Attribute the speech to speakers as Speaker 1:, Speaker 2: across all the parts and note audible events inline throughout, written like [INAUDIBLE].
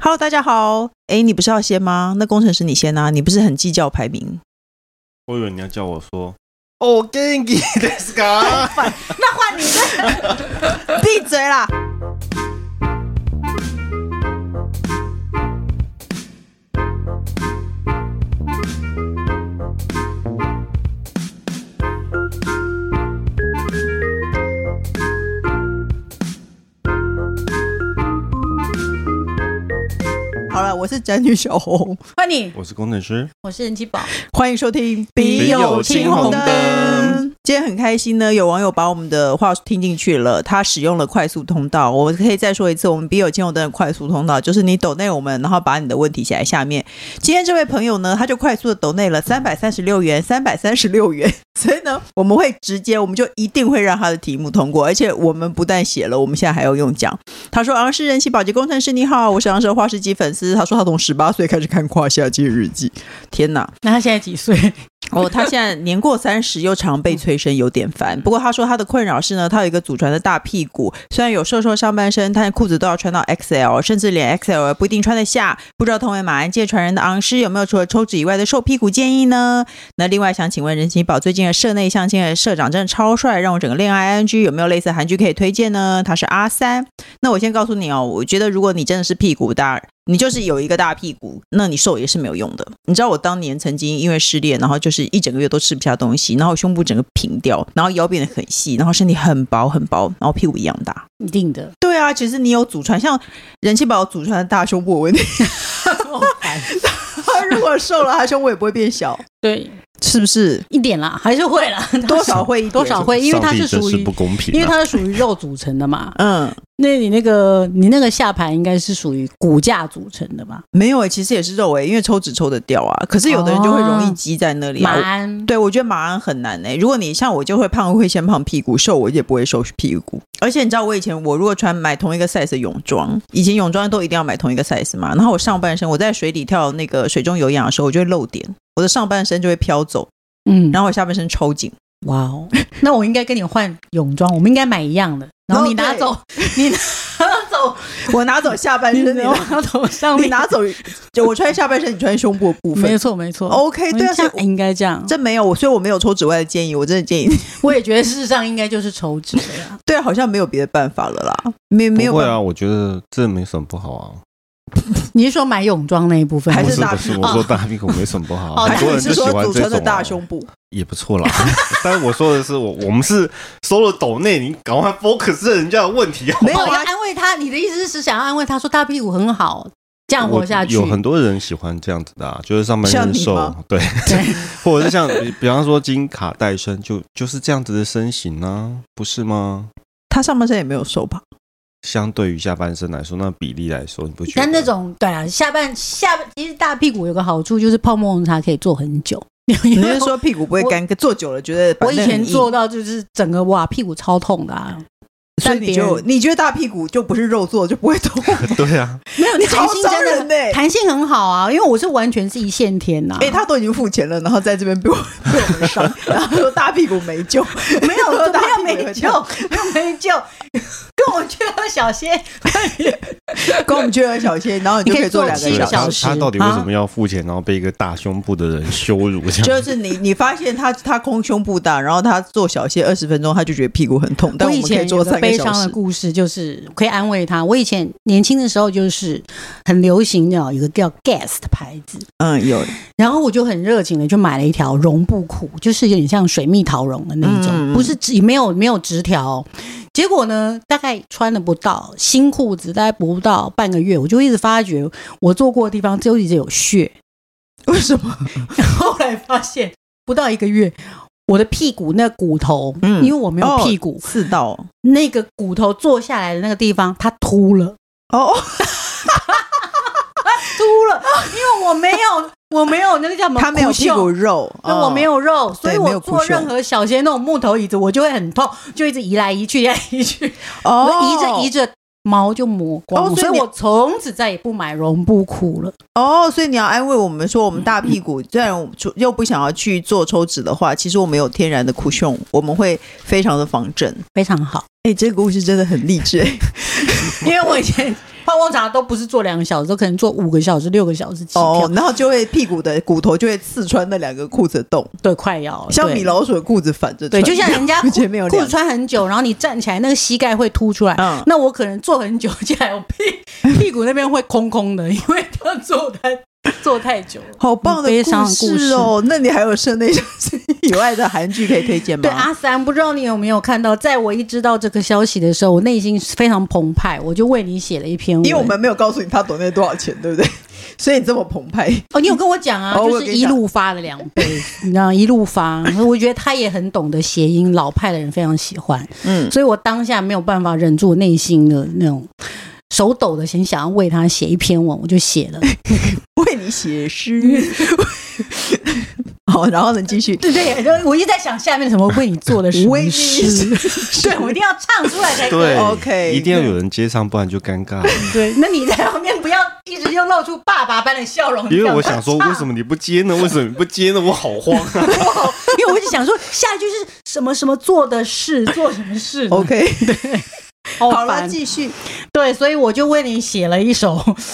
Speaker 1: Hello，大家好。哎，你不是要先吗？那工程师你先啊，你不是很计较排名？
Speaker 2: 我以为你要叫我说哦 g a n g i t h s guy。
Speaker 1: 那换你了， [LAUGHS] 闭嘴啦！好了，我是宅女小红，
Speaker 3: 换你，
Speaker 2: [LAUGHS] 我是工程师，
Speaker 3: 我是人气宝，
Speaker 1: 欢迎收听《
Speaker 3: 笔
Speaker 2: 友青红灯》。
Speaker 1: 今天很开心呢，有网友把我们的话听进去了，他使用了快速通道。我可以再说一次，我们笔友青红灯的快速通道就是你抖内我们，然后把你的问题写在下面。今天这位朋友呢，他就快速的抖内了三百三十六元，三百三十六元。 [LAUGHS] 所以呢，我们会直接，我们就一定会让他的题目通过，而且我们不但写了，我们现在还要用讲。他说：“昂是人气保洁工程师，你好，我是昂是花石机粉丝。”他说他从十八岁开始看《胯下街日记》，天哪！
Speaker 3: 那他现在几岁？
Speaker 1: 哦，他现在年过三十，又常被催生，有点烦。不过他说他的困扰是呢，他有一个祖传的大屁股，虽然有瘦瘦上半身，但裤子都要穿到 XL，甚至连 XL 也不一定穿得下。不知道同为马鞍界传人的昂师有没有除了抽脂以外的瘦屁股建议呢？那另外想请问人情宝最近的社内相亲的社长真的超帅，让我整个恋爱 ING 有没有类似的韩剧可以推荐呢？他是阿三。那我先告诉你哦，我觉得如果你真的是屁股大，你就是有一个大屁股，那你瘦也是没有用的。你知道我当年曾经因为失恋，然后就是一整个月都吃不下东西，然后胸部整个平掉，然后腰变得很细，然后身体很薄很薄，然后屁股一样大。
Speaker 3: 一定 [LAUGHS] 的，
Speaker 1: 对啊，其实你有祖传，像人气宝有祖传的大胸部的问题， [LAUGHS] 他如果瘦了，他胸部也不会变
Speaker 3: [LAUGHS]
Speaker 1: 小，
Speaker 3: 对，
Speaker 1: 是不是？
Speaker 3: 一点啦，还是会啦，
Speaker 1: 多少会一点
Speaker 3: 多少会，因为它是
Speaker 2: 上帝
Speaker 3: 属
Speaker 2: 真
Speaker 3: 于
Speaker 2: 是，不公平啊，
Speaker 3: 因为它是属于肉组成的嘛。
Speaker 1: 嗯，
Speaker 3: 那你那个你那个下盘应该是属于骨架组成的吧？
Speaker 1: 没有诶、欸其实也是肉诶、因为抽脂抽得掉啊。可是有的人就会容易
Speaker 3: 哦
Speaker 1: 积在那里啊。
Speaker 3: 马
Speaker 1: 我
Speaker 3: 鞍，
Speaker 1: 对，我觉得马鞍很难诶、欸如果你像我，就会胖，会先胖屁股；瘦，我也不会瘦屁股。而且你知道，我以前我如果穿买同一个 size 的泳装，以前泳装都一定要买同一个 size 嘛。然后我上半身，我在水里跳那个水中有氧的时候，我就会露点，我的上半身就会飘走，
Speaker 3: 嗯，
Speaker 1: 然后我下半身抽
Speaker 3: [LAUGHS]
Speaker 1: 紧。
Speaker 3: 哇哦，那我应该跟你换泳装，我们应该买一样的，然后你拿走，你拿走，
Speaker 1: 我拿走下半
Speaker 3: [LAUGHS] 你
Speaker 1: 身，你拿
Speaker 3: 拿走上
Speaker 1: 你
Speaker 3: 面，
Speaker 1: 拿走，就我穿下半身，你穿胸部的部
Speaker 3: 没
Speaker 1: 分。
Speaker 3: 错没错
Speaker 1: OK，对啊，所以我
Speaker 3: 应该这样，
Speaker 1: 这没有我，所以我没有抽脂外的建议，我真的建议你。 [LAUGHS]
Speaker 3: 我也觉得事实上应该就是抽脂的呀。
Speaker 1: 对，啊好像没有别的办法了啦，没没有
Speaker 2: 不会
Speaker 1: 办法，
Speaker 2: 啊，我觉得这没什么不好啊。
Speaker 3: [LAUGHS] 你是说买泳装那一部分
Speaker 1: 还
Speaker 3: 吗，
Speaker 2: 不
Speaker 1: 是
Speaker 2: 是
Speaker 1: 大
Speaker 2: 不是，我说大屁股没什么
Speaker 1: [LAUGHS]
Speaker 2: 不好啊，
Speaker 3: 哦
Speaker 2: 很多
Speaker 1: 还
Speaker 2: 人
Speaker 1: 是
Speaker 2: 就喜
Speaker 1: 说
Speaker 2: 欢
Speaker 1: 组
Speaker 2: 这
Speaker 1: 成的
Speaker 2: 种
Speaker 1: 大
Speaker 2: 啊
Speaker 1: 胸部。
Speaker 2: 也不错啦。 [LAUGHS] 但是我说的是，我我们是收了抖内，你赶快 focus 人家的问题好不
Speaker 1: 没有
Speaker 2: 好
Speaker 3: 哦，
Speaker 1: 啊
Speaker 3: 要安慰他。你的意思是想要安慰他说大屁股很好，这样活下去。
Speaker 2: 我有很多人喜欢这样子的、啊，就是上半身
Speaker 1: 像你
Speaker 2: 瘦
Speaker 1: 吗，
Speaker 2: 对， [LAUGHS]
Speaker 3: 对
Speaker 2: 或者是像比比方说金卡戴珊，就就是这样子的身形啊，不是吗？
Speaker 1: 他上半身也没有瘦
Speaker 3: [LAUGHS]
Speaker 1: 吧？
Speaker 2: 相对于下半身来说，那比例来说，你不觉得？
Speaker 3: 但那种对啊，下半下半其实大屁股有个好处就是泡沫红茶可以做很久。你
Speaker 1: 你
Speaker 3: [LAUGHS]
Speaker 1: 是说屁股不会干？坐久了觉得
Speaker 3: 我以
Speaker 1: 反正很
Speaker 3: 前
Speaker 1: 硬
Speaker 3: 做，到就是整个哇屁股超痛的、啊，
Speaker 1: 所以
Speaker 3: 但
Speaker 1: 你
Speaker 3: 别人
Speaker 1: 就你觉得大屁股就不是肉做就不会
Speaker 3: [LAUGHS]
Speaker 1: 痛？
Speaker 2: [LAUGHS] 对啊，
Speaker 3: 没有
Speaker 1: 你
Speaker 3: 你
Speaker 1: 超
Speaker 3: 弹性真
Speaker 1: 伤
Speaker 3: 的
Speaker 1: 人的欸
Speaker 3: 很弹性很好啊，因为我是完全是一线天呐、
Speaker 1: 哎、他都已经付钱了，然后在这边被我被我
Speaker 3: [LAUGHS]
Speaker 1: 们伤，然后说大屁股没救，
Speaker 3: 没 [LAUGHS] 有
Speaker 1: [LAUGHS] 大
Speaker 3: 没
Speaker 1: 屁股也
Speaker 3: 有没
Speaker 1: 会
Speaker 3: 救
Speaker 1: 痛，
Speaker 3: 没有没救，跟我去喝小仙，
Speaker 1: 跟我们去喝小鲜，然后你就
Speaker 3: 你可以
Speaker 1: 以做
Speaker 3: 做
Speaker 1: 两个
Speaker 3: 七
Speaker 1: 小
Speaker 3: 个
Speaker 1: 时。
Speaker 3: 小
Speaker 2: 他
Speaker 3: 时
Speaker 2: 啊他到底为什么要付钱，然后被一个大胸部的人羞辱这样？
Speaker 1: 就是你，你发现他他空胸部大，然后他做小蟹二十分钟，他就觉得屁股很痛，但
Speaker 3: 我
Speaker 1: 我
Speaker 3: 以
Speaker 1: 们可以
Speaker 3: 前
Speaker 1: 做
Speaker 3: 有个
Speaker 1: 三个
Speaker 3: 悲
Speaker 1: 小
Speaker 3: 伤的
Speaker 1: 时。
Speaker 3: 故事，就是可以安慰他。我以前年轻的时候，就是很流行的有个叫 Guess 的牌子，
Speaker 1: 嗯，有
Speaker 3: 然后我就很热情的就买了一条绒布裤，就是有点像水蜜桃绒的那一种，
Speaker 1: 嗯嗯嗯
Speaker 3: 不是直没有没有直条哦、结果呢，大概穿了不到新裤子，大概不到半个月，我就一直发觉我坐过的地方就一直有血。 [LAUGHS]
Speaker 1: 为什么？
Speaker 3: 后来发现不到一个月，我的屁股那骨头，
Speaker 1: 嗯
Speaker 3: 因为我没有
Speaker 1: 哦
Speaker 3: 屁股，
Speaker 1: 刺到哦
Speaker 3: 那个骨头坐下来的那个地方，它秃了，
Speaker 1: 哦，
Speaker 3: 秃了，因为我没有，我没有那个叫什么，
Speaker 1: 他没有屁股，肉，
Speaker 3: 嗯对，
Speaker 1: 哦
Speaker 3: 我没有肉，所以
Speaker 1: 对没有
Speaker 3: 我
Speaker 1: 裤
Speaker 3: 坐
Speaker 1: 袖
Speaker 3: 任何小些那种木头椅子，我就会很痛，就一直移来移去，移来移去，
Speaker 1: 哦
Speaker 3: [LAUGHS] 我，移着移着。毛就磨光了，
Speaker 1: 哦所以
Speaker 3: 所以
Speaker 1: 你
Speaker 3: 我从此再也不买绒布裤了。
Speaker 1: 哦，所以你要安慰我们说，我们大屁
Speaker 3: [COUGHS]
Speaker 1: 股，虽然我们又不想要去做抽脂的话，其实我们有天然的酷胸，我们会非常的防震。
Speaker 3: 非常好，
Speaker 1: 哎、这个故事真的很励志、哎
Speaker 3: [LAUGHS] 因为我以前泡泡茶都不是做两个小时，都可能做五个小时、六个小时起跳，
Speaker 1: 哦，然后就会屁股的骨头就会刺穿那两个裤子的洞，
Speaker 3: 对，快要了
Speaker 1: 像
Speaker 3: 对
Speaker 1: 米老鼠的裤子反着
Speaker 3: 对，
Speaker 1: 穿，
Speaker 3: 就像人家
Speaker 1: [LAUGHS]
Speaker 3: 裤
Speaker 1: 完全没有
Speaker 3: 裤子
Speaker 1: 两
Speaker 3: 穿很久，然后你站起来，那个膝盖会凸出来。
Speaker 1: 嗯
Speaker 3: 那我可能坐很久起来，我屁屁股那边会空空的，因为他坐太坐太久了。
Speaker 1: 好棒的
Speaker 3: 悲伤的
Speaker 1: 故事哦！那你还有社内相亲 [LAUGHS] 以外的韩剧可以推荐吗？
Speaker 3: 对，啊阿三，不知道你有没有看到，在我一知道这个消息的时候，我内心是非常澎湃，我就为你写了一篇文。
Speaker 1: 因为我们没有告诉你他抖那多少钱，对不对？ [LAUGHS] 所以你这么澎湃，
Speaker 3: 哦，你有跟我讲啊，
Speaker 1: 哦我有
Speaker 3: 就是
Speaker 1: 跟你
Speaker 3: 一路发的两杯，你知道一路发， [LAUGHS] 我觉得他也很懂得谐音，老派的人非常喜欢。
Speaker 1: 嗯，
Speaker 3: 所以我当下没有办法忍住我内心的那种手抖的，很想要为他写一篇文，我就写了。
Speaker 1: [LAUGHS] 为你写诗。嗯 [LAUGHS] 好，然后呢，继 [LAUGHS] 续
Speaker 3: [LAUGHS] 对对，就我一直在想下面什么为你做的什么
Speaker 1: 为你
Speaker 3: 事， [LAUGHS] 对我一定要唱出来才可 [LAUGHS]
Speaker 2: [LAUGHS] 对
Speaker 3: 以。
Speaker 1: OK
Speaker 2: 一定要有人接上，不然就尴尬。
Speaker 3: 对，那你在旁边不要一直就露出爸爸般的笑容，
Speaker 2: 因为我
Speaker 3: 这样
Speaker 2: 想说，
Speaker 3: 唱
Speaker 2: 为什么你不接呢？为什么你不接呢？我好慌啊！
Speaker 3: [LAUGHS] 因为我一直想说下一句是什么什么做的事，做什么事呢
Speaker 1: OK，
Speaker 3: 好
Speaker 1: 好了，
Speaker 3: 烦
Speaker 1: 继续。
Speaker 3: 对，所以我就为你写了一首， [LAUGHS]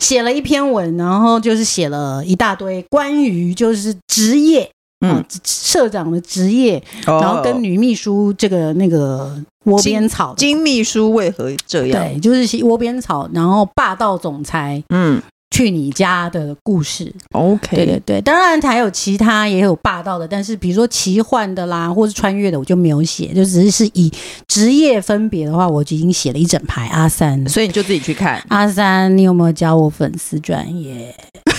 Speaker 3: 写了一篇文，然后就是写了一大堆关于就是职业，嗯、
Speaker 1: 嗯
Speaker 3: 社长的职业，
Speaker 1: 哦
Speaker 3: 然后跟
Speaker 1: 女
Speaker 3: 女秘书这个那个窝边草的，
Speaker 1: 金秘书为何这样？
Speaker 3: 对，就是窝边草，然后霸道总裁
Speaker 1: 嗯
Speaker 3: 去你家的故事，
Speaker 1: ，OK，
Speaker 3: 对对对，当然还有其他也有霸道的，但是比如说奇幻的啦，或是穿越的，我就没有写，就只是是以职业分别的话，我就已经写了一整排阿三。
Speaker 1: 所以你就自己去看，
Speaker 3: 阿三，你有没有加我粉丝专业？
Speaker 1: [LAUGHS]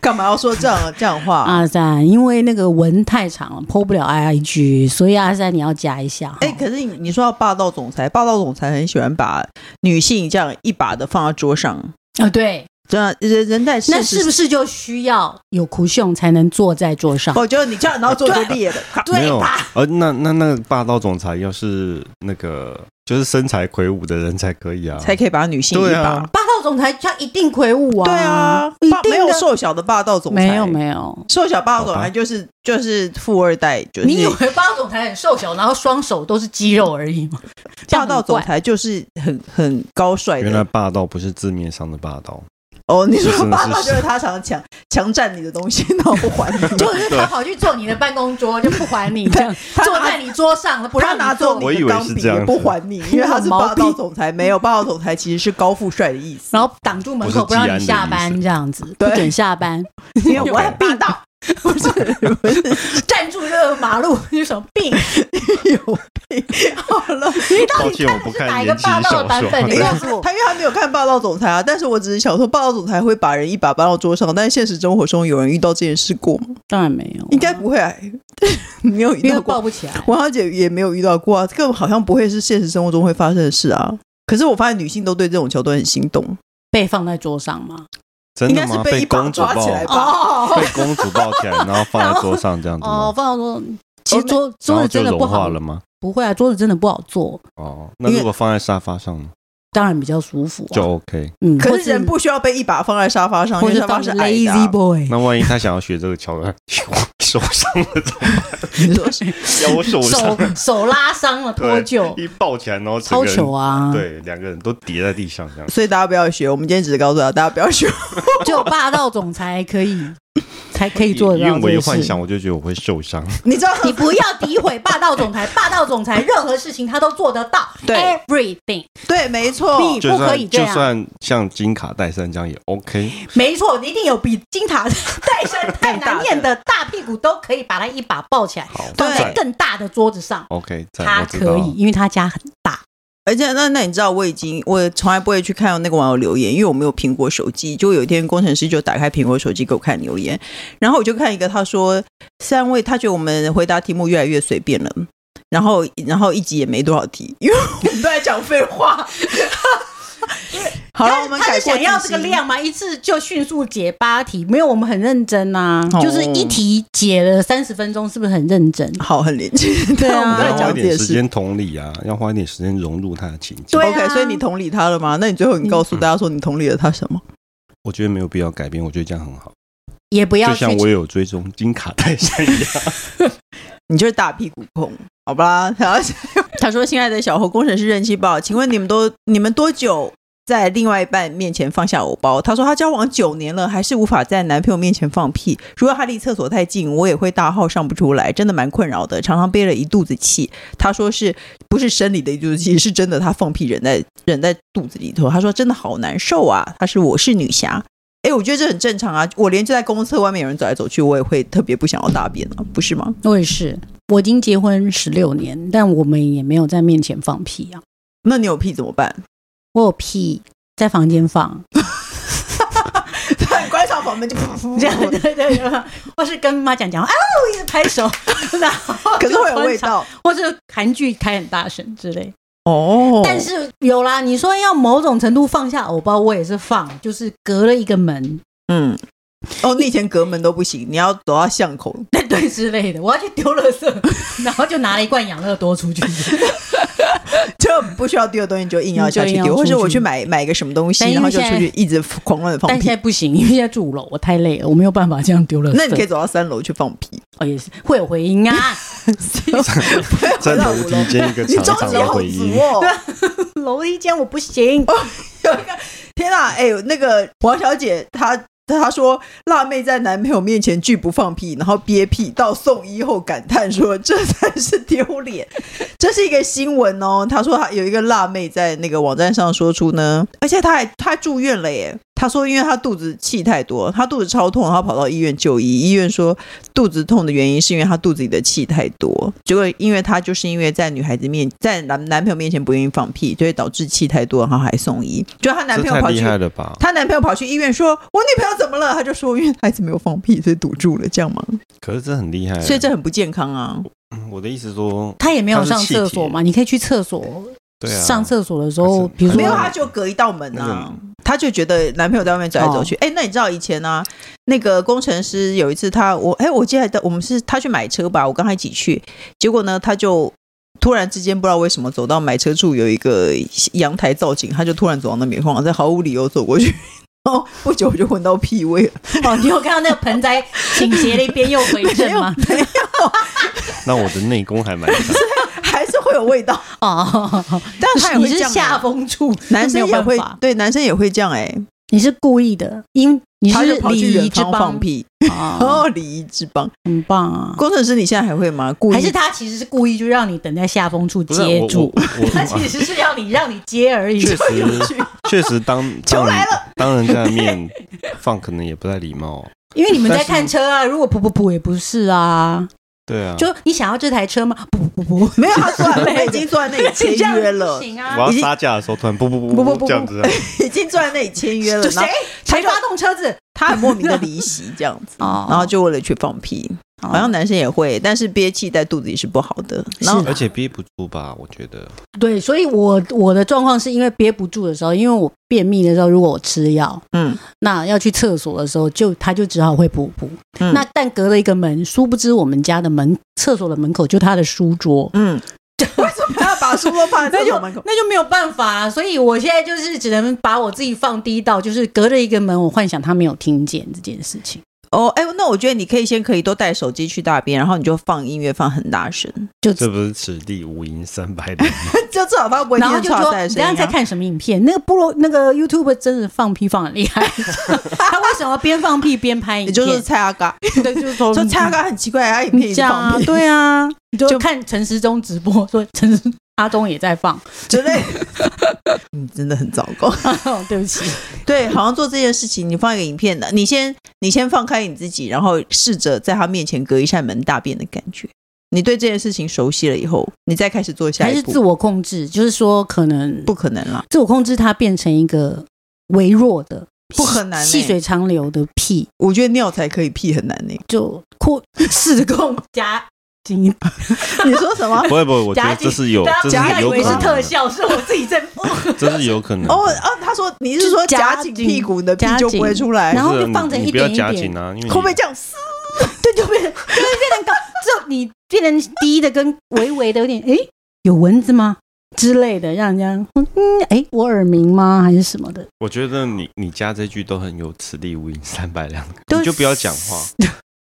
Speaker 1: 干嘛要说这样这样话？
Speaker 3: 阿三，因为那个文太长了，PO 不了 IG，所以阿三你要加一下。
Speaker 1: 哎、可是你你说到霸道总裁，霸道总裁很喜欢把女性这样一把的放到桌上，
Speaker 3: 啊、对，
Speaker 1: 这样人人在
Speaker 3: 那是不是就需要有苦胸才能坐在桌上？
Speaker 1: 我觉哦得你这样，然后做做 [LAUGHS] 裂的，咔
Speaker 2: [LAUGHS] 没有
Speaker 3: 对吧？
Speaker 2: 呃，那那那个霸道总裁要是那个就是身材魁梧的人才可以啊，
Speaker 1: 才可以把女性一
Speaker 2: 对
Speaker 1: 把
Speaker 2: 啊。。
Speaker 3: 霸道总裁他一定魁梧啊！
Speaker 1: 对啊，
Speaker 3: 一
Speaker 1: 霸
Speaker 3: 定
Speaker 1: 没有
Speaker 3: 的
Speaker 1: 瘦小的霸道总裁，
Speaker 3: 没有没有。
Speaker 1: 瘦小霸道总
Speaker 2: 好
Speaker 1: 裁
Speaker 2: 吧
Speaker 1: 就是就是富二代，就是
Speaker 3: 你以为霸道总裁很瘦小，然后双手都是肌肉而已吗？
Speaker 1: [LAUGHS]
Speaker 3: 这
Speaker 1: 霸
Speaker 3: 样很
Speaker 1: 道总
Speaker 3: 怪
Speaker 1: 裁就是很很高帅
Speaker 2: 原来
Speaker 1: 的
Speaker 2: 霸道不是字面上的霸道，
Speaker 1: 哦。你说
Speaker 2: 是是
Speaker 1: 霸道
Speaker 2: 是
Speaker 1: 就是他常强强占你的东西，然后不还你，
Speaker 3: [LAUGHS] 就是他跑去坐你的办公桌，就不还
Speaker 1: [LAUGHS]
Speaker 3: 你，这样
Speaker 1: 他
Speaker 3: 坐
Speaker 1: 拿
Speaker 3: 在你桌上，不让
Speaker 1: 他
Speaker 3: 你
Speaker 1: 拿
Speaker 3: 坐
Speaker 1: 走
Speaker 2: 你我以
Speaker 1: 你的
Speaker 2: 为
Speaker 1: 钢
Speaker 2: 是
Speaker 1: 笔
Speaker 2: 这样
Speaker 1: 也不
Speaker 2: 子
Speaker 1: 还
Speaker 3: [LAUGHS]
Speaker 1: 你，因为他是霸道总裁，没有霸道总裁其实是高富帅的意
Speaker 3: [LAUGHS]
Speaker 1: 思。
Speaker 3: 然后挡住门口不让你下班，这样子不
Speaker 1: 对
Speaker 3: 准下
Speaker 1: [LAUGHS]
Speaker 3: 班，
Speaker 1: 因
Speaker 3: [LAUGHS]
Speaker 1: 为我很霸道，不是不是
Speaker 3: 站住这个马路，你有什么
Speaker 2: [LAUGHS]
Speaker 3: 病？
Speaker 1: [LAUGHS] 有病。好了，
Speaker 3: 你到
Speaker 2: 抱
Speaker 3: 底
Speaker 2: 歉
Speaker 3: 看
Speaker 2: 我
Speaker 3: 的
Speaker 2: 不
Speaker 3: 是哪
Speaker 2: 看
Speaker 3: 一个
Speaker 2: 言
Speaker 3: 霸
Speaker 2: 情
Speaker 3: 道的
Speaker 2: 小
Speaker 3: 版
Speaker 2: 说
Speaker 3: 本？ [LAUGHS] 你
Speaker 2: 对
Speaker 3: 告诉我。
Speaker 1: 他因为他没有看霸道总裁啊，但是我只是想说，霸道总裁会把人一把搬到桌上，但是现实生活中有人遇到这件事过吗？
Speaker 3: [LAUGHS] 当然没有，
Speaker 1: 应该不会啊， [LAUGHS] 没有遇
Speaker 3: 因为
Speaker 1: 到
Speaker 3: 抱
Speaker 1: 过。
Speaker 3: 不起来。
Speaker 1: 王小姐也没有遇到过啊，这个好像不会是现实生活中会发生的事啊。可是我发现女性都对这种桥段很心动，
Speaker 3: 被放在桌上吗？
Speaker 2: 真
Speaker 1: 应该
Speaker 2: 的
Speaker 1: 是
Speaker 2: 吗？
Speaker 1: 一把
Speaker 2: 公主
Speaker 1: 抓
Speaker 2: 抱
Speaker 1: 起，来吧。
Speaker 3: 哦
Speaker 2: 被公主抱起来，然后放在桌上这样子
Speaker 3: [LAUGHS] 哦，
Speaker 2: 吗？
Speaker 3: 放到桌，其实
Speaker 1: 哦
Speaker 3: 桌
Speaker 2: 然
Speaker 3: 桌
Speaker 2: 后就
Speaker 3: 子真的不
Speaker 2: 融化
Speaker 3: 好
Speaker 2: 了，吗？
Speaker 3: 不会啊，桌子真的不好坐，
Speaker 2: 哦，那如果放在沙发上呢，
Speaker 3: 当然比较舒服啊。
Speaker 2: 就 OK。
Speaker 3: 嗯，
Speaker 1: 可
Speaker 3: 或
Speaker 1: 是人不需要被一把放在沙发上，因
Speaker 3: 或
Speaker 1: 为
Speaker 3: 者
Speaker 1: 沙发
Speaker 3: 放
Speaker 1: 是矮的啊
Speaker 3: lazy boy，
Speaker 2: 那万一他想要学这个桥段， [LAUGHS] 手
Speaker 3: [LAUGHS]
Speaker 2: 上了，
Speaker 1: 你说是
Speaker 2: 腰手上
Speaker 3: 手 [LAUGHS] 手拉伤了脱
Speaker 2: [LAUGHS] 对，
Speaker 3: 臼，
Speaker 2: 一抱起来，然后整
Speaker 3: 超
Speaker 2: 个人
Speaker 3: 糗啊！，
Speaker 2: 对，两个人都跌在地上这样。
Speaker 1: [LAUGHS] 所以大家不要学。我们今天只是告诉大家，大家不要学。 [LAUGHS]
Speaker 3: 只有霸道总裁可以才可以
Speaker 2: 因
Speaker 3: 做得到
Speaker 2: 因为我一
Speaker 3: 这
Speaker 2: 幻
Speaker 3: 件事
Speaker 2: 想，。我就觉得我会受伤。
Speaker 1: 你知道
Speaker 3: 你不要诋毁霸道总裁，霸道总裁任何事情他都做得到
Speaker 1: 对
Speaker 3: ，everything。
Speaker 1: 对，没错
Speaker 3: 你，
Speaker 2: 就
Speaker 3: 不可以
Speaker 2: 算
Speaker 3: 这
Speaker 2: 就
Speaker 3: 样
Speaker 2: 算像金卡戴珊这样也
Speaker 3: [LAUGHS]
Speaker 2: OK。
Speaker 3: 没错，一定有比金塔戴珊太难念的大屁股都可以把他一把抱起来，
Speaker 2: 好，
Speaker 3: 放在
Speaker 2: 在
Speaker 3: 更大的桌子上。
Speaker 2: OK，在
Speaker 3: 他
Speaker 2: 我知道
Speaker 3: 可以，
Speaker 2: 了。
Speaker 3: 因为他家很大。
Speaker 1: 而且那那你知道，我已经我从来不会去看那个网友留言，因为我没有苹果手机。就有一天工程师就打开苹果手机给我看留言，然后我就看一个，他说三位，他觉得我们回答题目越来越随便了。然后，然后一集也没多少题，因为我们都在讲废话。好了，
Speaker 3: 他
Speaker 1: 我们
Speaker 3: 他
Speaker 1: 改
Speaker 3: 是
Speaker 1: 过
Speaker 3: 想要
Speaker 1: 自
Speaker 3: 这个
Speaker 1: 新
Speaker 3: 量吗？一次就迅速解八题，没有，我们很认真啊，
Speaker 1: 哦
Speaker 3: 就是一题解了三十分钟，是不是很认真？
Speaker 1: 好，很连接。
Speaker 3: 对啊
Speaker 1: 但我们
Speaker 2: 你
Speaker 1: 在
Speaker 2: 要花
Speaker 1: 讲
Speaker 2: 一
Speaker 1: 自己
Speaker 2: 点
Speaker 1: 的
Speaker 2: 时
Speaker 1: 事。
Speaker 2: 间同理啊，要花一点时间融入他的情境。
Speaker 3: 对啊嗯
Speaker 1: OK，所以你同理他了吗？那你最后你告诉大家说你同理了他什么？
Speaker 2: 我觉得没有必要改变，我觉得这样很好。
Speaker 3: 也不要
Speaker 2: 就
Speaker 3: 去
Speaker 2: 像我有追踪金卡戴珊一
Speaker 3: [LAUGHS]
Speaker 2: 样，
Speaker 1: 你就是大屁股控， [LAUGHS] 好吧？然后他说：“亲爱的小侯工程师人气不好，请问你们都你们多久在另外一半面前放下偶包。她说她交往九年了，还是无法在男朋友面前放屁。如果他离厕所太近，我也会大号上不出来，真的蛮困扰的，常常憋了一肚子气。她说是不是生理的一肚子气，是真的她放屁忍在忍在肚子里头。她说真的好难受啊。她是我是女侠。哎，我觉得这很正常啊！我连就在公共厕外面有人走来走去，我也会特别不想要大便啊，不是吗？
Speaker 3: 我也是，我已经结婚十六年，但我们也没有在面前放屁啊。
Speaker 1: 那你有屁怎么 [LAUGHS] 办？
Speaker 3: 我有屁在房间
Speaker 1: 哦
Speaker 3: 放，
Speaker 1: 关上房门就噗噗
Speaker 3: 这样对对对， [LAUGHS] 或是跟妈讲讲，啊，我一直拍手，然后
Speaker 1: [LAUGHS] 可是会有味，道
Speaker 3: 或是韩剧开很大声之类。
Speaker 1: 哦。
Speaker 3: 但是有啦，你说要某种程度放下偶包，我也是放，就是隔了一个门，
Speaker 1: 嗯，哦，你以前隔门都不行，你要走到巷口。
Speaker 3: 对对之类的，我要去丢垃圾，然后就拿了一罐养乐多出去。
Speaker 1: 就不需要丢的东西，你就硬要下去
Speaker 3: 你就硬要
Speaker 1: 丢，
Speaker 3: 出去
Speaker 1: 或者我去买买个什么东西，
Speaker 3: 但因
Speaker 1: 然
Speaker 3: 为
Speaker 1: 后就出去一直狂乱的放
Speaker 3: 但现
Speaker 1: 屁。
Speaker 3: 在不行，因为现在住五楼，我太累了，我没有办法这样丢垃圾。
Speaker 1: 那你可以走到三楼去放屁，
Speaker 3: 哦，也是会有回音
Speaker 1: [LAUGHS]
Speaker 3: 啊，
Speaker 2: 在楼梯间一
Speaker 3: [LAUGHS]
Speaker 2: 个
Speaker 1: 你
Speaker 2: 长
Speaker 1: 中
Speaker 2: 长
Speaker 1: 指
Speaker 2: 的
Speaker 1: 好
Speaker 2: 回音
Speaker 1: 足。 [LAUGHS] 哦！
Speaker 3: 楼梯间我不行。
Speaker 1: 天啊，哎、那个王小姐她。她说：“辣妹在男朋友面前拒不放屁，然后憋屁，到送医后感叹说：‘这才是丢脸。’ [LAUGHS] 这是一个新闻哦。她说她有一个辣妹在那个网站上说出呢，而且她还她还住院了耶。她说因为她肚子气太多，她肚子超痛，然后跑到医院就医。医院说肚子痛的原因是因为她肚子里的气太多，结果因为她就是因为在女孩子面在男男朋友面前不愿意放屁，所以导致气太多，然后还送医。就她男
Speaker 2: 这
Speaker 1: 朋
Speaker 2: 太
Speaker 1: 友跑
Speaker 2: 厉
Speaker 1: 去
Speaker 2: 害了吧！
Speaker 1: 她男朋友跑去医院说：“我女朋友怎么了？”她就说：“因为孩子没有放屁，所以堵住了，这样吗
Speaker 2: 可是这很厉害啊。？”
Speaker 1: 所以这很不健康啊。
Speaker 2: 嗯我的意思说，
Speaker 3: 他也没有
Speaker 2: 它是
Speaker 3: 上
Speaker 2: 气
Speaker 3: 厕所
Speaker 2: 体
Speaker 3: 嘛，你可以去厕所。
Speaker 2: 对啊，
Speaker 3: 上厕所的时
Speaker 2: 它
Speaker 3: 候，
Speaker 2: 是
Speaker 3: 比如说
Speaker 1: 没有，她就隔一道门
Speaker 2: 那
Speaker 1: 啊
Speaker 2: 个。哦
Speaker 1: 她就觉得男朋友在外面走来走去。哎、那你知道以前呢、啊，那个工程师有一次他我哎、我记得我们是他去买车吧，我跟他一起去，结果呢他就突然之间不知道为什么走到买车处有一个阳台造景，他就突然走到那边晃，在毫无理由走过去， [LAUGHS] 然后不久就闻到屁味了。
Speaker 3: 哦，你有看到那个盆栽倾斜了一边又回正哎
Speaker 1: [LAUGHS]
Speaker 3: 吗？
Speaker 2: 那我的内功还蛮
Speaker 3: [LAUGHS]
Speaker 2: 强。
Speaker 1: 还是会有味道，
Speaker 3: 哦，
Speaker 1: 但是他也
Speaker 3: 你
Speaker 1: 会
Speaker 3: 是
Speaker 1: 这样啊
Speaker 3: 下风处，
Speaker 1: 男
Speaker 3: 没
Speaker 1: 生
Speaker 3: 有
Speaker 1: 也
Speaker 3: 办
Speaker 1: 会
Speaker 3: 法，
Speaker 1: 对，男生也会这样哎、
Speaker 3: 你是故意的，因你
Speaker 1: 他
Speaker 3: 是
Speaker 1: 就跑去
Speaker 3: 礼仪
Speaker 1: 远
Speaker 3: 之
Speaker 1: 方
Speaker 3: 邦
Speaker 1: 放，屁，
Speaker 3: 哦，
Speaker 1: 哦，礼仪之邦。
Speaker 3: 很棒啊！
Speaker 1: 工程师，你现在还会吗？故意
Speaker 3: 还是他其实是故意就让你等在下风处
Speaker 2: 不是
Speaker 3: 接住，
Speaker 2: 我我我
Speaker 3: 他其实是要你让你接而已。
Speaker 2: 确
Speaker 1: 有
Speaker 3: [LAUGHS]
Speaker 2: 实
Speaker 1: 趣，
Speaker 2: 确实当
Speaker 1: 球
Speaker 2: 当
Speaker 1: 来
Speaker 2: 当人家的面放，可能也不太礼貌哦。
Speaker 3: 因为你们在
Speaker 2: 但是
Speaker 3: 看车啊，如果噗噗噗也不是啊，
Speaker 2: 对啊，
Speaker 3: 就你想要这台车吗？噗噗噗噗，
Speaker 1: 没有，他坐在，我们 [LAUGHS] 已经坐在那里签约了
Speaker 3: 不，行
Speaker 2: 我
Speaker 3: 啊！
Speaker 2: 要
Speaker 1: 已经
Speaker 2: 杀价的时候，突然不不
Speaker 3: 不
Speaker 2: 不
Speaker 3: 不
Speaker 2: 不
Speaker 3: 不
Speaker 2: 不这样子啊，
Speaker 1: 已经坐在那里签约了，
Speaker 3: 就
Speaker 1: 然
Speaker 3: 谁
Speaker 1: 后
Speaker 3: 谁发动车子？
Speaker 1: 他很莫名的离席这样子，
Speaker 3: 哦
Speaker 1: [LAUGHS] 然后就为了去放屁。好像男生也会，但是憋气在肚子里是啊不好的。然后
Speaker 2: 而且憋不住吧？我觉得
Speaker 3: 对，所以我我的状况是因为憋不住的时候，因为我便秘的时候，如果我吃药，
Speaker 1: 嗯，
Speaker 3: 那要去厕所的时候，就他就只好会补补。
Speaker 1: 嗯
Speaker 3: 那但隔了一个门，殊不知我们家的门厕所的门口就他的书桌，
Speaker 1: 嗯， [LAUGHS] 为什么要把书包放在
Speaker 3: 那
Speaker 1: 厕
Speaker 3: 就
Speaker 1: 所门口？
Speaker 3: 那就没有办法、啊。所以我现在就是只能把我自己放低到，就是隔着一个门，我幻想他没有听见这件事情，
Speaker 1: [LAUGHS] 哦，哎，那我觉得你可以先可以都带手机去大便，然后你就放音乐放很大声，
Speaker 3: 就
Speaker 2: 这不是此地无银三百
Speaker 3: [LAUGHS]
Speaker 2: 两。
Speaker 1: [LAUGHS] 就至少他不会听
Speaker 3: 然后
Speaker 1: 到
Speaker 3: 就说
Speaker 1: 吵在的
Speaker 3: 你
Speaker 1: 声
Speaker 3: 等一
Speaker 1: 音
Speaker 3: 下
Speaker 1: 啊。
Speaker 3: 在看什么影片？那个部落那个 YouTube 真的放屁放很
Speaker 1: [LAUGHS]
Speaker 3: 厉害，他为什么边放屁边拍影
Speaker 1: 也
Speaker 3: 片？
Speaker 1: 就是蔡阿嘎，
Speaker 3: 对，就是说
Speaker 1: 说蔡阿嘎很奇怪，
Speaker 3: [LAUGHS]
Speaker 1: 他影片一
Speaker 3: 嗯你
Speaker 1: 直
Speaker 3: 这样啊
Speaker 1: 放，屁，
Speaker 3: 对 [LAUGHS] 啊，你就
Speaker 1: 就
Speaker 3: 看陈时中直播，说陈时阿中也在 [LAUGHS] 放，
Speaker 1: [LAUGHS] 之类的。 [LAUGHS] 嗯，真的很糟糕。 [LAUGHS]
Speaker 3: 哦对不起，
Speaker 1: 对，好像做这件事情，你放一个影片的，你先你先放开你自己，然后试着在他面前隔一扇门大便的感觉。你对这件事情熟悉了以后，你再开始做下
Speaker 3: [LAUGHS] 还
Speaker 1: 一
Speaker 3: 是
Speaker 1: 步，
Speaker 3: 自我控制，就是说可能
Speaker 1: 不可能啦，
Speaker 3: 自我控制它变成一个微弱的，
Speaker 1: 不很难、欸。
Speaker 3: 细水，长流的屁，
Speaker 1: 我觉得尿才可以屁很难呢、
Speaker 3: 就扩 [LAUGHS] 失控加紧，
Speaker 1: 你说什
Speaker 3: [LAUGHS]
Speaker 1: 么？
Speaker 2: 不会不会，我觉
Speaker 3: 夹
Speaker 2: 得
Speaker 3: 紧
Speaker 2: 这是有，这
Speaker 3: 大家不
Speaker 2: 是
Speaker 3: 要以
Speaker 2: 有
Speaker 3: 为
Speaker 2: 可
Speaker 3: 是
Speaker 2: 能
Speaker 3: 特
Speaker 2: 的，
Speaker 3: 效，是我自己在放，
Speaker 2: 这是有可能的。
Speaker 1: 哦哦，他说你是说
Speaker 3: 就夹
Speaker 1: 夹紧
Speaker 3: 紧
Speaker 1: 屁股，你的屁
Speaker 3: 夹
Speaker 1: 就不会
Speaker 3: 紧
Speaker 1: 出来，
Speaker 3: 然后
Speaker 2: 不是啊
Speaker 3: 就放成
Speaker 2: 你
Speaker 3: 一
Speaker 2: 你不要
Speaker 3: 点一
Speaker 2: 夹
Speaker 3: 点
Speaker 2: 紧啊，因为
Speaker 1: 会不会
Speaker 2: 你
Speaker 1: 这样？ [LAUGHS]
Speaker 3: 对，就变就是变成高， [LAUGHS] 就你变成低的跟微微的有点，诶，有蚊子吗？之类的，让人家嗯，诶，我耳鸣吗？还是什么的？
Speaker 2: 我觉得你你加这句都很有“此地无银三百两”，
Speaker 3: 对
Speaker 2: 你就不要讲话。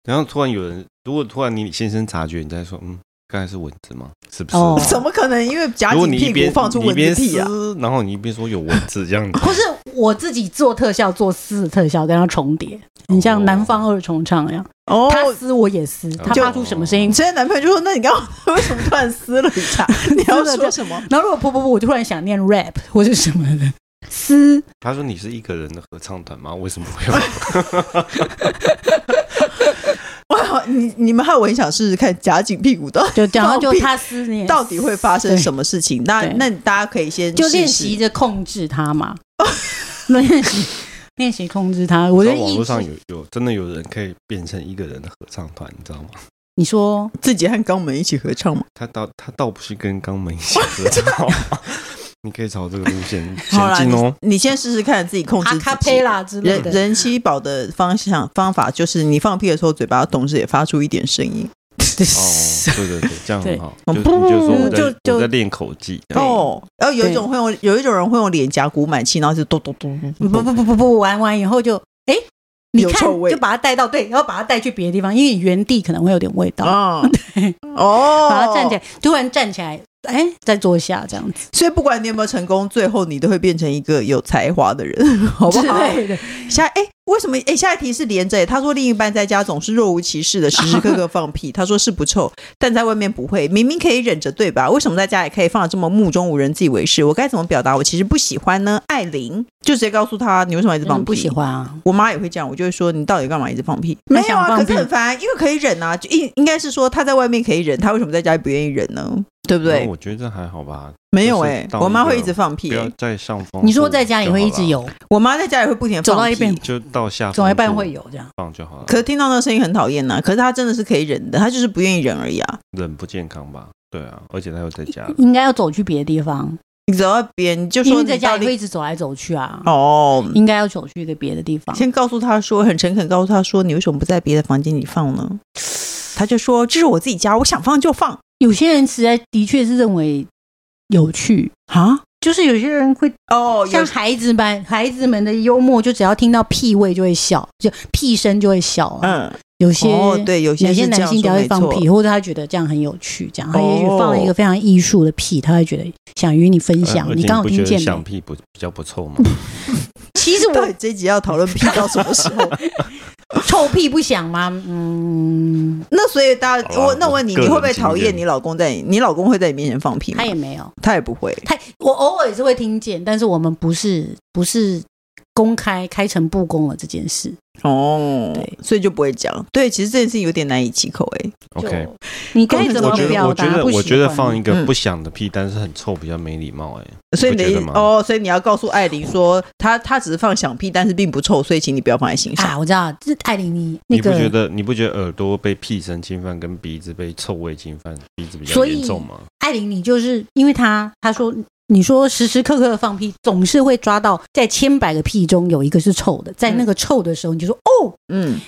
Speaker 2: 然后突然有人，如果突然你先生察觉，你再说，嗯，刚才是蚊子吗？是不是？
Speaker 3: 哦
Speaker 1: 怎么可能？因为夹
Speaker 2: 如果
Speaker 1: 紧
Speaker 2: 你一
Speaker 1: 屁
Speaker 2: 边
Speaker 1: 股放出蚊
Speaker 2: 你一边
Speaker 1: 子屁啊！
Speaker 2: 撕，然后你一边说有蚊子这
Speaker 3: [LAUGHS]
Speaker 2: 样子，
Speaker 3: 或是我自己做特效，做撕的特效跟它重叠，很像南方二重唱一样，
Speaker 1: 哦，
Speaker 3: 他撕我也撕，他
Speaker 2: 就
Speaker 3: 发出什么声音
Speaker 1: 你，现在男朋友就说：“那你刚刚 [LAUGHS] 为什么突然撕了一
Speaker 3: [LAUGHS]
Speaker 1: 下？你要说什么
Speaker 3: 然后如果噗噗噗，我就突然想念 rap 或是什么的，撕
Speaker 2: 他说你是一个人的合唱团吗？为什么会有？？”
Speaker 1: [LAUGHS] 哇，你你们还有我很想试试看夹紧屁股到底
Speaker 3: 就这样，然后
Speaker 1: 放
Speaker 3: 就
Speaker 1: 屁
Speaker 3: 他撕你，
Speaker 1: 到底会发生什么事情。那
Speaker 3: 对
Speaker 1: 那大家可以先
Speaker 3: 就
Speaker 1: 试试
Speaker 3: 练习。着控制它嘛， [LAUGHS] 练习练习控制它。我
Speaker 2: 我
Speaker 3: 觉
Speaker 2: 在
Speaker 3: 得
Speaker 2: 网
Speaker 3: 意
Speaker 2: 络上
Speaker 3: 志，
Speaker 2: 有有真的有人可以变成一个人的合唱团，你知道吗？
Speaker 3: 你说
Speaker 1: 自己和肛门一起合唱嘛？
Speaker 2: 他倒他倒不是跟肛门一起合唱，你可以朝这个路线
Speaker 1: 好
Speaker 2: 前
Speaker 1: 啦，
Speaker 2: 进哦。
Speaker 1: 你你先试试看自己控制
Speaker 3: 阿
Speaker 1: 自
Speaker 3: 卡
Speaker 1: 己
Speaker 3: 贝。拉之类
Speaker 1: 人
Speaker 3: 的，
Speaker 1: 人妻宝的方向方法就是，你放屁的时候，嘴巴同时也发出一点声音。
Speaker 2: 哦，
Speaker 3: [LAUGHS]
Speaker 2: 对对对，这样很好。就
Speaker 1: 对
Speaker 2: 你就说我
Speaker 3: 就
Speaker 2: 在
Speaker 3: 就
Speaker 2: 我在练口技，这样
Speaker 1: 哦，然后有一种会用，有一种人会用脸颊鼓满气，然后就咚咚咚咚
Speaker 3: 不
Speaker 1: 咚
Speaker 3: 不
Speaker 1: 咚。
Speaker 3: [LAUGHS] 不不不，玩完以后就哎，你
Speaker 1: 有
Speaker 3: 看
Speaker 1: 臭味
Speaker 3: 就把它带到对，然后把它带去别的地方，因为你原地可能会有点味道，
Speaker 1: 啊，哦，
Speaker 3: 把它站起来，突然站起来，哎，再坐下这样子
Speaker 1: 所以不管你有没有成功，最后你都会变成一个有才华的人， [LAUGHS] 好不
Speaker 3: 之
Speaker 1: 好？
Speaker 3: 类的。
Speaker 1: 下哎、为什么哎、下一题是连着、哎他说另一半在家总是若无其事的，时时刻刻放 [LAUGHS] 屁。他说是不臭，但在外面不会。明明可以忍着，对吧？为什么在家也可以放的这么目中无人、自以为是？我该怎么表达我其实不喜欢呢？艾琳就直接告诉他你为什么一直放屁？
Speaker 3: 嗯不喜。欢啊，
Speaker 1: 我妈也会这样，我就会说你到底干嘛一直放屁？
Speaker 3: 她
Speaker 1: 没有
Speaker 3: 想
Speaker 1: 啊，
Speaker 3: 放
Speaker 1: 可
Speaker 3: 屁
Speaker 1: 是很烦，因为可以忍啊。就应应该是说他在外面可以忍，他为什么在家里不愿意忍呢？对不对？
Speaker 2: 那我觉得这还好吧，
Speaker 1: 没有
Speaker 2: 就是
Speaker 1: 哎、
Speaker 2: 到
Speaker 1: 我妈
Speaker 2: 一个
Speaker 1: 会一直放屁、
Speaker 2: 不
Speaker 1: 哎
Speaker 2: 要在上风。
Speaker 3: 你说在家里会一直，有，
Speaker 1: 我妈在家里会不停地
Speaker 3: 走
Speaker 1: 放
Speaker 3: 到一
Speaker 1: 屁
Speaker 3: 边
Speaker 2: 就到下风
Speaker 3: 走到一半
Speaker 2: 处
Speaker 3: 会有这样。
Speaker 2: 放就好了。
Speaker 1: 可是听到那个声音很讨厌呐、可是她真的是可以忍的，她就是不愿意忍而已啊。
Speaker 2: 人不健康吧？对啊，而且他又在家，
Speaker 3: 应该要走去别的地方，
Speaker 1: 你走到别人就
Speaker 3: 因
Speaker 1: 说
Speaker 3: 为
Speaker 1: 你
Speaker 3: 在家
Speaker 1: 到
Speaker 3: 里会
Speaker 1: 底
Speaker 3: 一直走来走去啊。
Speaker 1: 哦，
Speaker 3: 应该要走去一个别的地方。
Speaker 1: 先告诉她说，很诚恳告诉她说，你为什么不在别的房间里放呢？她就说这是我自己家，我想放就放
Speaker 3: 有些人实在的确是认为有趣，
Speaker 1: 啊。
Speaker 3: 就是有些人会
Speaker 1: 哦，有
Speaker 3: 像孩子们，孩子们的幽默，就只要听到屁味就会笑，就屁声就会笑啊。
Speaker 1: 嗯，
Speaker 3: 有些、
Speaker 1: 哦，对，有些
Speaker 3: 有些
Speaker 1: 是这
Speaker 3: 男
Speaker 1: 样
Speaker 3: 性
Speaker 1: 说
Speaker 3: 只要会
Speaker 1: 没
Speaker 3: 放
Speaker 1: 错。
Speaker 3: 屁，或者他觉得这样很有趣，这样他
Speaker 1: 哦
Speaker 3: 也许放了一个非常艺术的屁，他会觉得想与你分享。
Speaker 2: 呃而且
Speaker 3: 你刚好
Speaker 2: 不
Speaker 3: 听
Speaker 2: 觉得
Speaker 3: 见
Speaker 2: 响
Speaker 3: 没？
Speaker 2: 屁不比较不臭
Speaker 3: [LAUGHS]
Speaker 2: 吗？
Speaker 1: [LAUGHS]
Speaker 3: 其实
Speaker 1: 到
Speaker 3: 我
Speaker 1: 底这一集要讨论屁到什么时候？
Speaker 3: 臭屁不响吗？嗯，
Speaker 1: [LAUGHS] 那所以大家，
Speaker 2: 好啦
Speaker 1: 我那我问你，
Speaker 2: 我个
Speaker 1: 你
Speaker 2: 人
Speaker 1: 会不会讨
Speaker 2: 经
Speaker 1: 厌
Speaker 2: 验
Speaker 1: 你老公在你你老公会在你面前放屁吗
Speaker 3: 他？也没有，
Speaker 1: 他也不会。
Speaker 3: 他我偶尔也是会听见，但是我们不是不是公开开诚布公了这件事。
Speaker 1: 哦，
Speaker 3: 对
Speaker 1: 所以就不会讲。对，其实这件事情有点难以启口哎、
Speaker 2: OK，
Speaker 3: 就你该怎么
Speaker 2: 我觉得
Speaker 3: 表
Speaker 2: 我觉
Speaker 3: 达
Speaker 2: 得
Speaker 3: 不喜欢？
Speaker 2: 我觉得放一
Speaker 1: 嗯
Speaker 2: 个不响的屁，但是很臭，比较没礼貌哎。
Speaker 1: 所以你的
Speaker 2: 不
Speaker 1: 意
Speaker 2: 觉
Speaker 1: 思
Speaker 2: 得吗
Speaker 1: 哦，所以你要告诉艾琳说，她她只是放响屁，但是并不臭，所以请你不要放在心上。
Speaker 3: 啊，我知道，这艾琳你那
Speaker 2: 你不觉
Speaker 3: 个，
Speaker 2: 得你不觉得耳朵被屁声侵犯跟鼻子被臭味侵犯，鼻子比较
Speaker 3: 所以
Speaker 2: 严重吗？
Speaker 3: 艾琳你就是因为她，她说你说时时刻刻放屁，总是会抓到在千百个屁中有一个是臭的，在那个臭的时候，你就说哦，
Speaker 1: 嗯，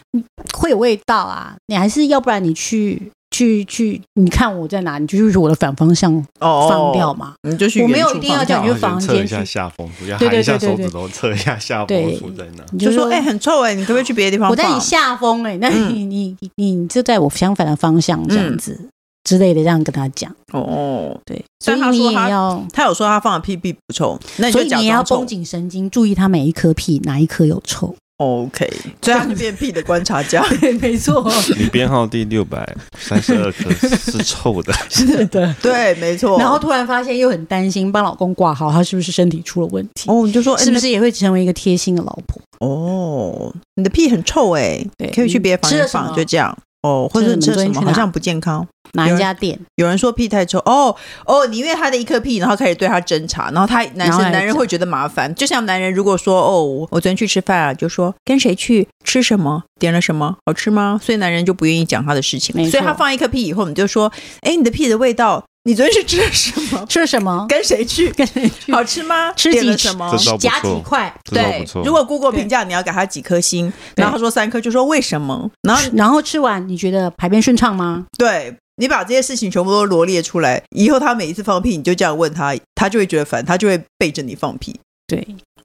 Speaker 3: 会有味道啊，你还是要不然你去。去去，你看我在哪，你就去我的反方向
Speaker 1: 哦，
Speaker 3: 放掉，嘛。
Speaker 1: 你就去
Speaker 3: 我没
Speaker 1: 远
Speaker 3: 有
Speaker 1: 处
Speaker 3: 一定要
Speaker 1: 放
Speaker 3: 叫
Speaker 1: 掉啊
Speaker 3: 你
Speaker 2: 然
Speaker 3: 去
Speaker 2: 后
Speaker 3: 房
Speaker 2: 先测
Speaker 3: 间
Speaker 2: 一下
Speaker 3: 去
Speaker 2: 下风处，要
Speaker 3: 对
Speaker 2: 含
Speaker 3: 对
Speaker 2: 一下
Speaker 3: 对
Speaker 2: 手
Speaker 3: 对对
Speaker 2: 指头，测一下下
Speaker 3: 对
Speaker 2: 风处在哪。
Speaker 3: 你
Speaker 1: 就说哎、很嗯臭哎、你可不可以去别的地方放？
Speaker 3: 我在你下风哎、那你、你你你就在我相反的方
Speaker 1: 嗯
Speaker 3: 向这样子、之类的，这样跟他讲，
Speaker 1: 哦，
Speaker 3: 对，所
Speaker 1: 但
Speaker 3: 以
Speaker 1: 他
Speaker 3: 你
Speaker 1: 说
Speaker 3: 也
Speaker 1: 他
Speaker 3: 要，
Speaker 1: 他有说他放的屁并不臭，那你
Speaker 3: 所
Speaker 1: 就
Speaker 3: 以
Speaker 1: 假
Speaker 3: 你也要
Speaker 1: 装
Speaker 3: 绷
Speaker 1: 臭。
Speaker 3: 紧神经，注意他每一颗屁哪一颗
Speaker 1: [LAUGHS]
Speaker 3: 有臭。
Speaker 1: OK，所以他就变屁的观察
Speaker 3: [LAUGHS]
Speaker 1: 家。
Speaker 3: 对，没错，
Speaker 2: 你编号第六百三十 [LAUGHS] 二颗是臭的，
Speaker 3: [LAUGHS] 是的。
Speaker 1: 对，没错。
Speaker 3: 然后突然发现又很担心，帮老公挂号，他是不是身体出了问题？
Speaker 1: 哦，你就说哎
Speaker 3: 是不是也会成为一个贴心的老婆？
Speaker 1: 那哦，你的屁很臭哎、
Speaker 3: 对
Speaker 1: 可以去别的房
Speaker 3: 吃
Speaker 1: 间
Speaker 3: 了什么
Speaker 1: 放，就这样。哦，或
Speaker 3: 吃
Speaker 1: 者
Speaker 3: 了
Speaker 1: 你吃了什
Speaker 3: 什么昨天去
Speaker 1: 么好
Speaker 3: 哪
Speaker 1: 像不健康。
Speaker 3: 哪一家店？
Speaker 1: 有人说屁太臭哦哦，你因为他的一颗屁，然后开始对他侦查，然后他男
Speaker 3: 然后
Speaker 1: 生
Speaker 3: 还
Speaker 1: 男人
Speaker 3: 讲
Speaker 1: 会觉得麻烦，就像男人如果说哦，我我昨天去吃饭啊，就说跟谁去吃什么，点了什么，好吃吗？所以男人就不愿意讲他的事情
Speaker 3: 没，错
Speaker 1: 所以他放一颗屁以后，你就说，哎，你的屁的味道，你昨天去吃了什么？
Speaker 3: 吃了什么？
Speaker 1: 跟谁去？
Speaker 3: 跟谁去？
Speaker 1: 好吃吗？
Speaker 3: 吃
Speaker 1: 点了
Speaker 3: 几
Speaker 1: 什么
Speaker 2: 这？招不
Speaker 3: 夹几
Speaker 2: 错，
Speaker 3: 块，
Speaker 2: 这招
Speaker 1: 对
Speaker 2: 不，错。
Speaker 1: 如果 Google
Speaker 3: 对
Speaker 1: 评价你要给他几颗星，
Speaker 3: 对
Speaker 1: 然后他说三颗，就说为什么？然后
Speaker 3: 然后吃完你觉得排便顺畅吗？
Speaker 1: 对你把这些事情全部都罗列出来，以后他每一次放屁，你就这样问他，他就会觉得烦，他就会背着你放屁。
Speaker 3: 对，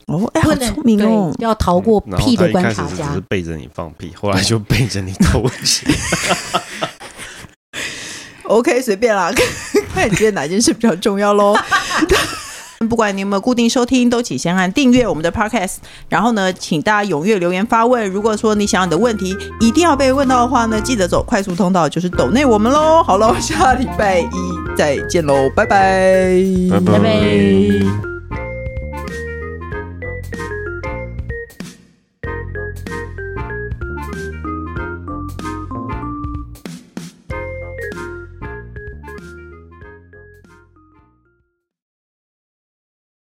Speaker 1: 哦，哎，
Speaker 3: 不
Speaker 1: 好
Speaker 3: 能
Speaker 1: 聪明哦
Speaker 3: 对，！要逃过
Speaker 2: 嗯然后
Speaker 3: 屁
Speaker 2: 他
Speaker 3: 的
Speaker 2: 一
Speaker 3: 观
Speaker 2: 开始
Speaker 3: 察
Speaker 2: 是只
Speaker 3: 家
Speaker 2: 是。
Speaker 3: [LAUGHS]
Speaker 2: 背着你放屁，后来就背着你偷吃。
Speaker 1: OK，随便啦， [LAUGHS] 看你觉得哪件事比较重要喽。 [LAUGHS] 不管你有没有固定收听，都请先按订阅我们的 Podcast。然后呢，请大家踊跃留言发问。如果说你想要你的问题一定要被问到的话呢，记得走快速通道，就是抖内我们喽。好喽，下礼拜一再见喽，拜拜。
Speaker 3: 拜拜